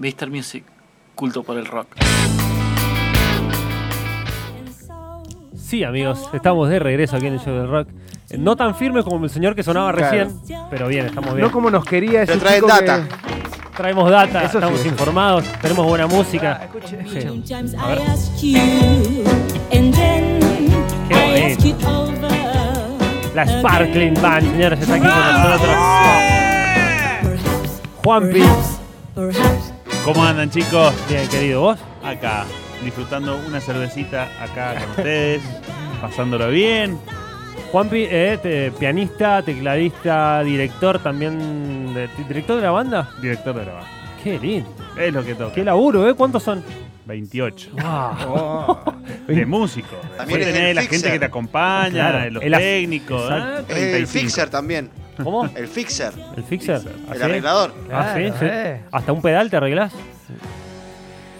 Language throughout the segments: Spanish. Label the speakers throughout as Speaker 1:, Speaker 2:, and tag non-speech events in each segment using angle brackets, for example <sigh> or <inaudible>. Speaker 1: Mr. Music, culto por el rock.
Speaker 2: Sí, amigos, estamos de regreso aquí en el show del rock. Eh, No tan firmes como el señor que sonaba
Speaker 3: Claro.
Speaker 2: recién, pero bien, estamos bien.
Speaker 3: No como nos quería ese
Speaker 4: Pero trae
Speaker 3: chico
Speaker 4: data.
Speaker 3: que-
Speaker 2: Traemos data,
Speaker 3: Eso sí,
Speaker 2: estamos
Speaker 3: eso.
Speaker 2: informados, tenemos buena música. Sí.
Speaker 5: Sometimes
Speaker 2: A
Speaker 5: I
Speaker 2: ver.
Speaker 5: ask you, and then
Speaker 2: Qué
Speaker 5: I ask
Speaker 2: bonito.
Speaker 5: you over.
Speaker 2: La Sparkling Band, señores, está aquí con nosotros.
Speaker 5: Perhaps,
Speaker 2: Juanpi.
Speaker 5: perhaps, perhaps.
Speaker 6: ¿Cómo andan chicos?
Speaker 2: Bien, querido, ¿vos?
Speaker 6: Acá, disfrutando una cervecita acá
Speaker 2: <laughs>
Speaker 6: con ustedes, pasándolo bien.
Speaker 2: Juanpi, eh, te- pianista, tecladista, director también. de- ¿Director de la banda?
Speaker 6: Director de la banda.
Speaker 2: Qué lindo.
Speaker 6: Es lo que toca.
Speaker 2: Qué laburo, ¿eh? ¿Cuántos son? <laughs>
Speaker 6: 28.
Speaker 2: Wow.
Speaker 3: Oh.
Speaker 6: De músico.
Speaker 4: También
Speaker 6: Después
Speaker 4: es
Speaker 6: tenés
Speaker 4: el
Speaker 6: la
Speaker 4: fixer.
Speaker 6: gente que te acompaña,
Speaker 2: Claro,
Speaker 6: los
Speaker 2: el as-
Speaker 6: técnicos. ¿eh?
Speaker 2: Exacto.
Speaker 4: Es el
Speaker 6: 35.
Speaker 4: fixer también.
Speaker 2: ¿Cómo?
Speaker 4: El fixer.
Speaker 3: <laughs>
Speaker 2: ¿El fixer?
Speaker 6: El
Speaker 2: ¿Ah,
Speaker 4: El
Speaker 2: sí?
Speaker 4: arreglador.
Speaker 6: <laughs>
Speaker 2: Ah, sí,
Speaker 3: Claro,
Speaker 2: sí.
Speaker 3: eh.
Speaker 2: ¿Hasta un pedal te arreglás?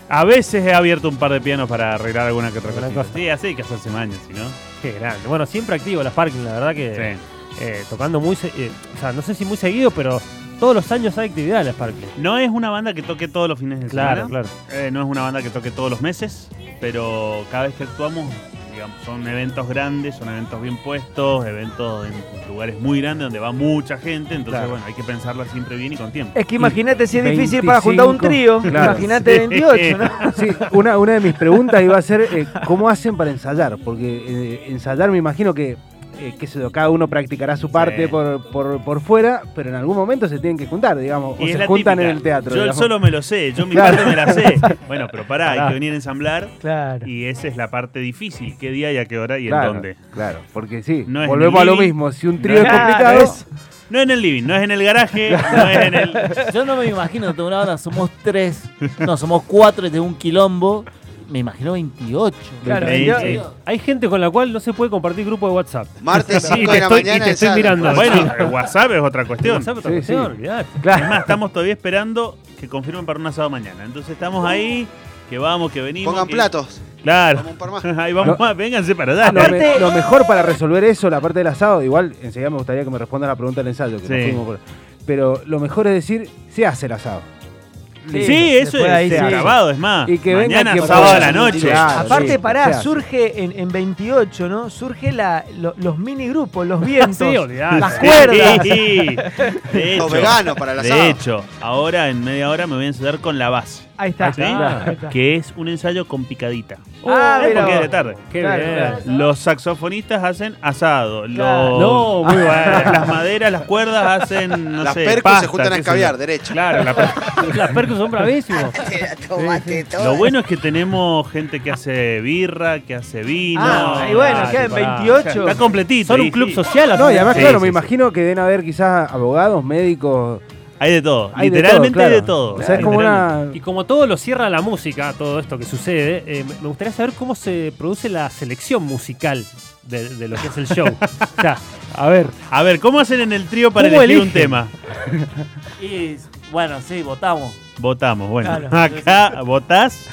Speaker 6: A veces he abierto un par de pianos para arreglar alguna que otra
Speaker 2: Alguna
Speaker 6: cosita.
Speaker 2: cosa.
Speaker 6: Sí, así hay que hacerse mañas, si no.
Speaker 2: Qué grande. Bueno, siempre activo la Sparkling, la verdad que
Speaker 6: Sí.
Speaker 2: eh, tocando muy. se- eh, o sea, no sé si muy seguido, pero todos los años hay actividad en la Sparkling.
Speaker 6: No es una banda que toque todos los fines de
Speaker 2: Claro,
Speaker 6: semana.
Speaker 2: claro.
Speaker 6: Eh, no es una banda que toque todos los meses, pero cada vez que actuamos, digamos, son eventos grandes, son eventos bien puestos, eventos en lugares muy grandes donde va mucha gente, entonces
Speaker 2: Claro.
Speaker 6: bueno, hay que pensarla siempre bien y con tiempo.
Speaker 7: Es que imagínate si es difícil
Speaker 3: 25,
Speaker 7: para juntar un trío.
Speaker 3: claro.
Speaker 7: Imagínate
Speaker 6: <laughs>
Speaker 7: 28, ¿no?
Speaker 3: Sí, una, una de
Speaker 7: <laughs>
Speaker 3: mis preguntas iba a ser eh, cómo hacen para ensayar, porque eh, ensayar me imagino que, eh, qué sé yo, cada uno practicará su parte
Speaker 6: Sí.
Speaker 3: por, por, por fuera, pero en algún momento se tienen que juntar, digamos,
Speaker 6: Y
Speaker 3: o
Speaker 6: es
Speaker 3: se
Speaker 6: la
Speaker 3: juntan
Speaker 6: típica,
Speaker 3: en el teatro.
Speaker 6: Yo
Speaker 3: digamos.
Speaker 6: solo me lo sé, yo mi
Speaker 3: Claro.
Speaker 6: parte me la sé. Bueno, pero pará, hay que venir a ensamblar
Speaker 7: Claro.
Speaker 6: y esa es la parte difícil, qué día y a qué hora y
Speaker 3: claro,
Speaker 6: en dónde.
Speaker 3: Claro, porque sí,
Speaker 6: No es
Speaker 3: volvemos
Speaker 6: ni
Speaker 3: a lo
Speaker 6: living,
Speaker 3: mismo, si un
Speaker 6: no
Speaker 3: trío
Speaker 6: es-
Speaker 3: es
Speaker 7: Claro,
Speaker 3: complicado,
Speaker 7: es-
Speaker 6: No en el living, no es en el garaje, no es en el...
Speaker 8: Yo no me imagino de una banda, somos tres, no, somos cuatro y de un quilombo. Me imagino 28.
Speaker 7: Claro,
Speaker 6: Sí,
Speaker 7: yo-
Speaker 6: sí.
Speaker 2: Hay gente con la cual no se puede compartir grupo de WhatsApp.
Speaker 4: Martes
Speaker 2: Sí,
Speaker 4: 5
Speaker 2: te
Speaker 4: de la
Speaker 2: estoy- y
Speaker 4: mañana.
Speaker 2: te
Speaker 4: en
Speaker 2: estoy
Speaker 4: Sala.
Speaker 2: mirando.
Speaker 6: Bueno, el WhatsApp es otra cuestión.
Speaker 2: WhatsApp, otra
Speaker 3: Sí,
Speaker 2: cuestión,
Speaker 3: sí.
Speaker 2: olvidate.
Speaker 3: <laughs>
Speaker 6: Es
Speaker 3: claro.
Speaker 6: más, estamos todavía esperando que confirmen para un asado mañana. Entonces estamos ahí, que vamos, que venimos.
Speaker 4: Pongan
Speaker 6: que-
Speaker 4: platos.
Speaker 6: Claro.
Speaker 4: Vamos un par más.
Speaker 6: <laughs> Ahí vamos más, vénganse para allá.
Speaker 3: Lo, me- lo mejor para resolver eso, la parte del asado, igual enseguida me gustaría que me respondan la pregunta del ensayo, que nos
Speaker 6: Sí.
Speaker 3: fuimos por- pero lo mejor es decir, se hace el asado.
Speaker 6: Sí,
Speaker 7: Sí,
Speaker 6: eso
Speaker 7: después
Speaker 6: es
Speaker 7: ahí sí.
Speaker 6: grabado, es más.
Speaker 3: Y que venga
Speaker 6: mañana
Speaker 3: quien
Speaker 6: sábado
Speaker 3: pueda.
Speaker 6: a la noche.
Speaker 3: Claro,
Speaker 7: Aparte,
Speaker 3: sí, se
Speaker 7: pará,
Speaker 3: hace.
Speaker 7: surge en, en 28, ¿no? Surge la, lo- los mini grupos, los vientos.
Speaker 2: Sí, olvidate.
Speaker 7: Las
Speaker 6: Sí,
Speaker 7: cuerdas.
Speaker 6: sí. De
Speaker 4: Los
Speaker 6: hecho,
Speaker 4: veganos para el asado.
Speaker 6: de hecho, ahora en media hora me voy a enseñar con la base.
Speaker 7: <laughs> Ahí está.
Speaker 6: ¿sí?
Speaker 7: Ahí está.
Speaker 6: Que es un ensayo con picadita.
Speaker 7: Ah,
Speaker 6: es
Speaker 7: mira
Speaker 6: porque es
Speaker 7: vos.
Speaker 6: de tarde.
Speaker 2: Qué
Speaker 7: Claro,
Speaker 2: bien.
Speaker 7: claro.
Speaker 6: Los saxofonistas hacen asado.
Speaker 7: Claro.
Speaker 6: Los,
Speaker 2: No,
Speaker 6: <laughs>
Speaker 2: muy bueno.
Speaker 6: las maderas, las cuerdas hacen, no
Speaker 4: Las
Speaker 6: sé,
Speaker 4: percus se
Speaker 6: pastas,
Speaker 4: juntan
Speaker 6: qué
Speaker 4: a
Speaker 6: sé yo.
Speaker 4: escabiar, derecho.
Speaker 6: Claro, la
Speaker 4: <laughs>
Speaker 6: per-
Speaker 2: Las percos son bravísimos. <laughs>
Speaker 6: Lo bueno es que tenemos gente que hace birra, que hace vino.
Speaker 7: Ah, y bueno,
Speaker 2: dale,
Speaker 7: queda en
Speaker 2: pará.
Speaker 6: Está
Speaker 7: 28.
Speaker 6: completito.
Speaker 2: Son
Speaker 6: y
Speaker 2: un club
Speaker 6: sí,
Speaker 2: social.
Speaker 3: No,
Speaker 2: aparte.
Speaker 3: y además,
Speaker 6: Sí,
Speaker 3: claro,
Speaker 6: sí,
Speaker 3: me
Speaker 6: sí.
Speaker 3: imagino que deben haber quizás abogados, médicos.
Speaker 6: Hay de todo.
Speaker 3: hay de
Speaker 6: Literalmente hay de todo.
Speaker 3: claro. O sea, es como
Speaker 6: Literalmente.
Speaker 3: una.
Speaker 2: Y como todo lo cierra la música, todo esto que sucede, eh, me- me gustaría saber cómo se produce la selección musical de, de lo que es el <laughs> show. o sea, a ver.
Speaker 6: A ver, ¿cómo hacen en el trío para
Speaker 2: ¿Cómo
Speaker 6: elegir un
Speaker 2: eligen?
Speaker 6: tema?
Speaker 8: Y bueno, sí, votamos.
Speaker 6: Votamos, bueno.
Speaker 7: Claro.
Speaker 6: Acá votás,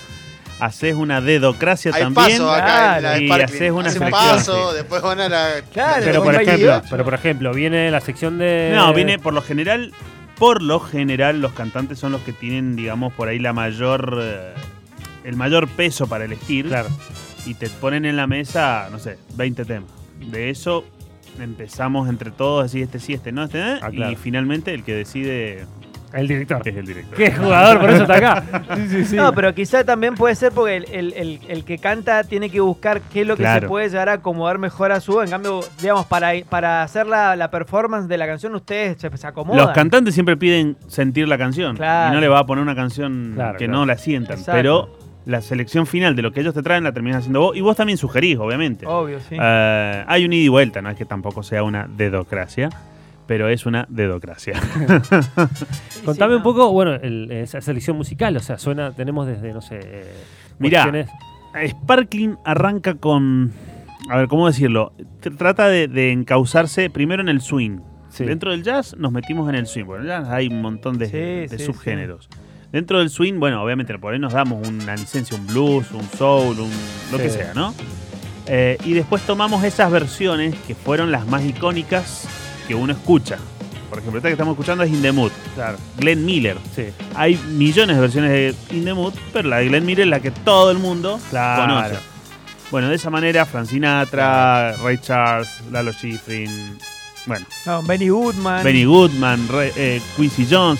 Speaker 6: haces una dedocracia
Speaker 4: Hay
Speaker 6: también.
Speaker 4: paso acá en la
Speaker 6: Claro. Y
Speaker 4: Sparkling.
Speaker 6: haces una
Speaker 4: Hacen
Speaker 6: selección,
Speaker 4: paso, después van a la.
Speaker 7: Claro,
Speaker 2: Pero por,
Speaker 7: con
Speaker 2: ejemplo,
Speaker 7: 28.
Speaker 2: pero por ejemplo, viene la sección de.
Speaker 6: No, viene por lo general, por lo general los cantantes son los que tienen, digamos, por ahí la mayor eh, el mayor peso para elegir
Speaker 2: Claro.
Speaker 6: y te ponen en la mesa, no sé, 20 temas. De eso empezamos entre todos, así este sí, este no, este eh,
Speaker 2: Ah, claro.
Speaker 6: y finalmente el que decide
Speaker 2: El director.
Speaker 6: es el director.
Speaker 2: Qué jugador, por eso está
Speaker 6: <laughs>
Speaker 2: acá. Sí, sí, sí.
Speaker 7: No, pero quizá también puede ser porque el, el- el- el que canta tiene que buscar qué es lo que se
Speaker 6: Claro.
Speaker 7: puede llegar a acomodar mejor a su voz. En cambio, digamos, para, para hacer la, la performance de la canción, ustedes se, se acomodan.
Speaker 6: Los cantantes siempre piden sentir la canción
Speaker 7: Claro.
Speaker 6: y no le va a poner una canción
Speaker 2: Claro,
Speaker 6: que
Speaker 2: claro.
Speaker 6: no la sientan,
Speaker 7: Exacto.
Speaker 6: pero la selección final de lo que ellos te traen la terminas haciendo vos y vos también sugerís, obviamente.
Speaker 7: Obvio, sí.
Speaker 6: Eh, hay un ida y vuelta, no es que tampoco sea una dedocracia, pero es una dedocracia. <laughs>
Speaker 2: Contame un poco, bueno, el- esa selección musical, o sea, suena, tenemos desde, no sé. eh,
Speaker 6: Mirá.
Speaker 2: cuestiones-
Speaker 6: Eh, Sparkling arranca con. A ver, ¿cómo decirlo? Tr- Trata de, de encauzarse primero en el swing.
Speaker 2: Sí.
Speaker 6: Dentro del jazz nos metimos en el swing. Bueno, en el jazz hay un montón de,
Speaker 7: Sí,
Speaker 6: de
Speaker 7: sí,
Speaker 6: subgéneros. Dentro del swing, bueno, obviamente por ahí nos damos una licencia, un blues, un soul, un, lo que
Speaker 2: Sí.
Speaker 6: sea, ¿no? Eh, y después tomamos esas versiones que fueron las más icónicas que uno escucha. Por ejemplo, esta que estamos escuchando es In the Mood,
Speaker 2: Claro,
Speaker 6: Glenn Miller.
Speaker 2: sí.
Speaker 6: Hay millones de versiones de In the Mood, pero la de Glenn Miller es la que todo el mundo
Speaker 2: Claro.
Speaker 6: conoce. Bueno, de esa manera, Frank Sinatra, Ray Charles, Lalo Schifrin, bueno,
Speaker 7: No, Benny Goodman.
Speaker 6: Benny Goodman, Re- eh, Quincy Jones.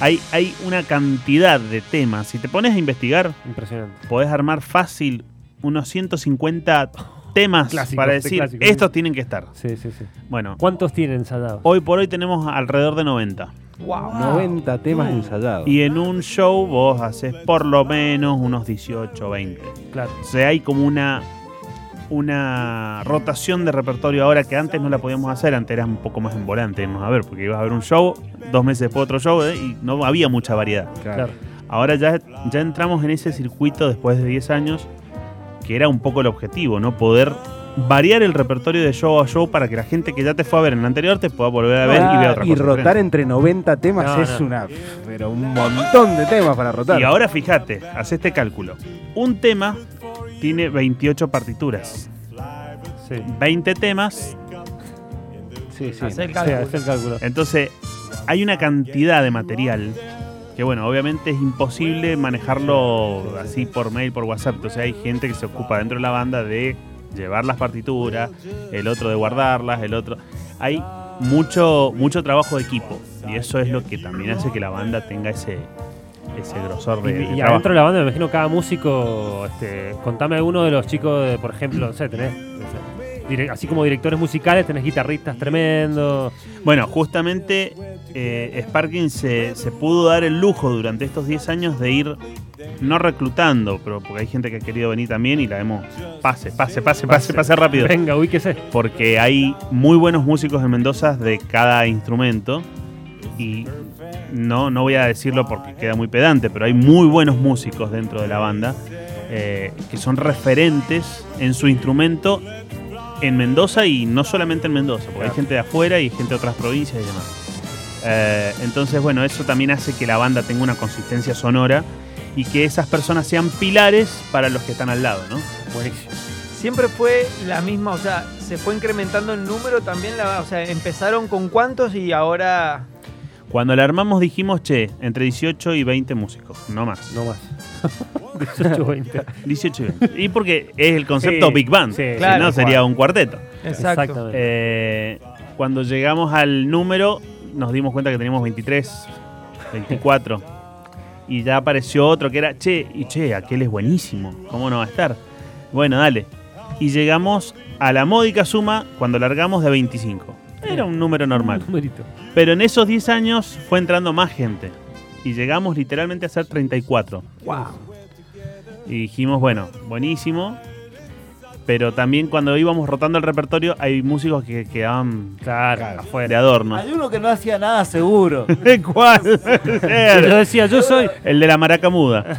Speaker 6: Hay, hay una cantidad de temas. Si te pones a investigar,
Speaker 2: Impresionante.
Speaker 6: podés armar fácil unos 150 temas
Speaker 2: Clásicos,
Speaker 6: para
Speaker 2: de
Speaker 6: decir,
Speaker 2: clásicos,
Speaker 6: estos
Speaker 2: sí.
Speaker 6: tienen que estar.
Speaker 2: Sí, sí, sí.
Speaker 6: Bueno,
Speaker 2: ¿Cuántos tienen ensayados?
Speaker 6: hoy por hoy tenemos alrededor de 90.
Speaker 7: Wow.
Speaker 3: 90 temas ensayados.
Speaker 6: Ah. Uh. Y en un show vos haces por lo menos unos 18, 20.
Speaker 2: Claro.
Speaker 6: O sea, hay como una una rotación de repertorio ahora que antes no la podíamos hacer, antes era un poco más en volante, vamos a ver, porque ibas a ver un show, dos meses después otro show eh, y no había mucha variedad.
Speaker 2: Claro.
Speaker 6: Ahora ya, ya entramos en ese circuito después de 10 años, que era un poco el objetivo, ¿no? Poder variar el repertorio de show a show para que la gente que ya te fue a ver en el anterior te pueda volver a ver y
Speaker 7: Ah,
Speaker 6: vea otra
Speaker 3: Ah, y
Speaker 6: cosa.
Speaker 3: rotar
Speaker 6: diferente.
Speaker 3: entre 90 temas
Speaker 2: No,
Speaker 3: es
Speaker 2: no.
Speaker 3: una. Pero un montón de temas para rotar.
Speaker 6: Y ahora fíjate, hace este cálculo. Un tema tiene 28 partituras.
Speaker 2: Sí.
Speaker 6: 20 temas,
Speaker 3: Sí, sí.
Speaker 7: Hacer el
Speaker 2: Sí,
Speaker 7: cálculo.
Speaker 2: hace el cálculo.
Speaker 6: entonces hay una cantidad de material que bueno, obviamente es imposible manejarlo así por mail, por WhatsApp. Entonces hay gente que se ocupa dentro de la banda de llevar las partituras, el otro de guardarlas, el otro. Hay mucho, mucho trabajo de equipo. Y eso es lo que también hace que la banda tenga ese, ese grosor de, de
Speaker 2: Y, y
Speaker 6: trabajo.
Speaker 2: adentro de la banda, me imagino cada músico. Este, contame alguno de los chicos, de, por ejemplo, no sé, tenés. no sé, dire- así como directores musicales, tenés guitarristas tremendos.
Speaker 6: Bueno, justamente eh, Sparking se, se pudo dar el lujo durante estos 10 años de ir no reclutando, pero porque hay gente que ha querido venir también y la vemos pase, pase, pase, pase, pase rápido.
Speaker 2: Venga, uy, qué sé. <laughs>
Speaker 6: Porque hay muy buenos músicos en Mendoza de cada instrumento y no, no voy a decirlo porque queda muy pedante, pero hay muy buenos músicos dentro de la banda eh, que son referentes en su instrumento en Mendoza y no solamente en Mendoza, porque hay gente de afuera y gente de otras provincias y demás. Eh, entonces, bueno, eso también hace que la banda tenga una consistencia sonora y que esas personas sean pilares para los que están al lado, ¿no?
Speaker 2: Buenísimo.
Speaker 7: Siempre fue la misma, o sea, se fue incrementando el número también, la, o sea, empezaron con cuántos y ahora...
Speaker 6: Cuando la armamos dijimos, che, entre 18 y 20 músicos, no más.
Speaker 2: No más. 18,
Speaker 6: <laughs>
Speaker 2: 20.
Speaker 6: 18 y 20. Y porque es el concepto
Speaker 2: Sí,
Speaker 6: Big Band,
Speaker 2: sí,
Speaker 6: si
Speaker 7: claro.
Speaker 6: no sería un cuarteto.
Speaker 7: Exacto.
Speaker 6: Eh, cuando llegamos al número, nos dimos cuenta que teníamos 23, 24. y ya apareció otro que era, che, y che, aquel es buenísimo, ¿cómo no va a estar? Bueno, dale. Y llegamos a la módica suma cuando largamos de 25. Era un número normal.
Speaker 2: Numerito.
Speaker 6: Pero en esos 10 años fue entrando más gente. Y llegamos literalmente a ser 34.
Speaker 7: Wow.
Speaker 6: Y dijimos, bueno, buenísimo. Pero también cuando íbamos rotando el repertorio, hay músicos que quedaban
Speaker 2: Claro,
Speaker 6: de
Speaker 2: afuera.
Speaker 6: <laughs> adorno.
Speaker 8: Hay uno que no hacía nada seguro.
Speaker 6: ¿Cuál? <laughs>
Speaker 2: Y Yo decía, yo soy.
Speaker 6: El de la
Speaker 2: <laughs>
Speaker 6: maraca muda.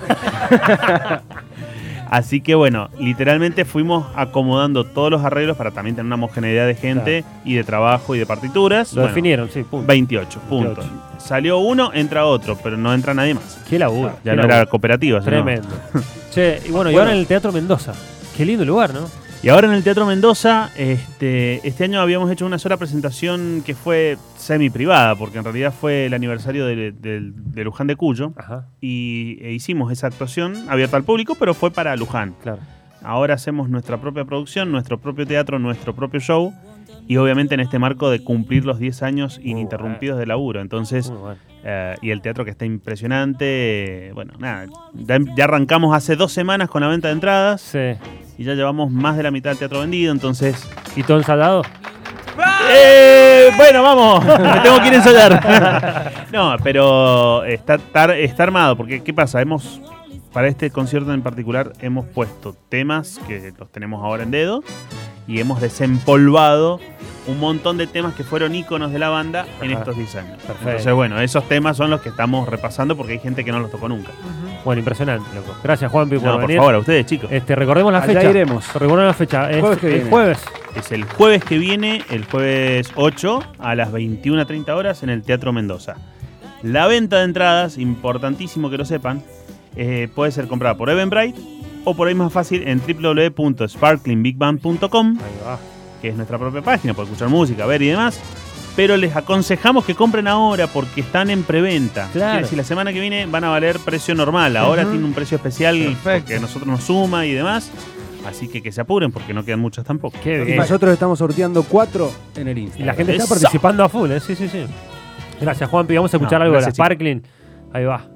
Speaker 6: Así que bueno, literalmente fuimos acomodando todos los arreglos para también tener una homogeneidad de gente y de trabajo y de partituras.
Speaker 2: Lo
Speaker 6: Bueno,
Speaker 2: definieron, sí, punto.
Speaker 6: 28 puntos. Salió uno, entra otro, pero no entra nadie más.
Speaker 2: Qué laburo.
Speaker 6: Ya
Speaker 2: qué
Speaker 6: no
Speaker 2: laburo.
Speaker 6: era cooperativa, sino-
Speaker 2: Tremendo. <laughs> che, y bueno, y ahora en el Teatro Mendoza. Qué lindo lugar, ¿no?
Speaker 6: Y ahora en el Teatro Mendoza, este, este año habíamos hecho una sola presentación que fue semi privada, porque en realidad fue el aniversario de, de- de Luján de Cuyo,
Speaker 2: Ajá,
Speaker 6: y e hicimos esa actuación abierta al público, pero fue para Luján.
Speaker 2: claro.
Speaker 6: Ahora hacemos nuestra propia producción, nuestro propio teatro, nuestro propio show, y obviamente en este marco de cumplir los 10 años ininterrumpidos de laburo. Entonces,
Speaker 2: Muy bueno.
Speaker 6: Eh, y el teatro que está impresionante. eh, Bueno, nada, ya, ya arrancamos hace dos semanas con la venta de entradas
Speaker 2: Sí.
Speaker 6: y ya llevamos más de la mitad del teatro vendido, entonces...
Speaker 2: ¿Y todo ensayado?
Speaker 6: ¡Eh! Bueno, vamos, me tengo que ir a ensayar. no, pero está, tar- está armado, porque ¿qué pasa? Hemos, para este concierto en particular, hemos puesto temas que los tenemos ahora en dedo y hemos desempolvado un montón de temas que fueron íconos de la banda en
Speaker 2: Ajá.
Speaker 6: estos 10 años.
Speaker 2: Perfecto.
Speaker 6: Entonces, bueno, esos temas son los que estamos repasando porque hay gente que no los tocó nunca.
Speaker 2: Bueno, impresionante, loco. Gracias, Juanpi, por
Speaker 6: No, por
Speaker 2: venir.
Speaker 6: favor, a ustedes, chicos.
Speaker 2: Este, recordemos la
Speaker 3: Allá
Speaker 2: fecha.
Speaker 3: iremos.
Speaker 2: Recordemos la fecha. Es-
Speaker 3: Jueves que
Speaker 2: el
Speaker 3: viene.
Speaker 2: jueves.
Speaker 6: Es el jueves que viene, el jueves 8 a las 21.30 horas en el Teatro Mendoza. La venta de entradas, importantísimo que lo sepan, eh, puede ser comprada por Eventbrite o por ahí más fácil en www.sparklingbigband.com,
Speaker 2: Ahí va.
Speaker 6: que es nuestra propia página, puede escuchar música, ver y demás. pero les aconsejamos que compren ahora porque están en preventa.
Speaker 8: Claro.
Speaker 6: Quiere decir, la semana que viene van a valer precio normal. Ahora
Speaker 7: Ujú.
Speaker 6: tiene un precio especial
Speaker 7: Perfecto.
Speaker 6: que a nosotros nos suma y demás. Así que que se apuren porque no quedan muchas tampoco.
Speaker 2: Qué bien.
Speaker 3: <laughs> Nosotros estamos sorteando cuatro en el Instagram.
Speaker 2: Y la gente está
Speaker 6: Eso.
Speaker 2: participando a full, ¿eh? Sí, sí, sí. Gracias, Juanpi. Vamos a escuchar
Speaker 6: No,
Speaker 2: algo
Speaker 6: gracias,
Speaker 2: de la Sparkling. Ahí va.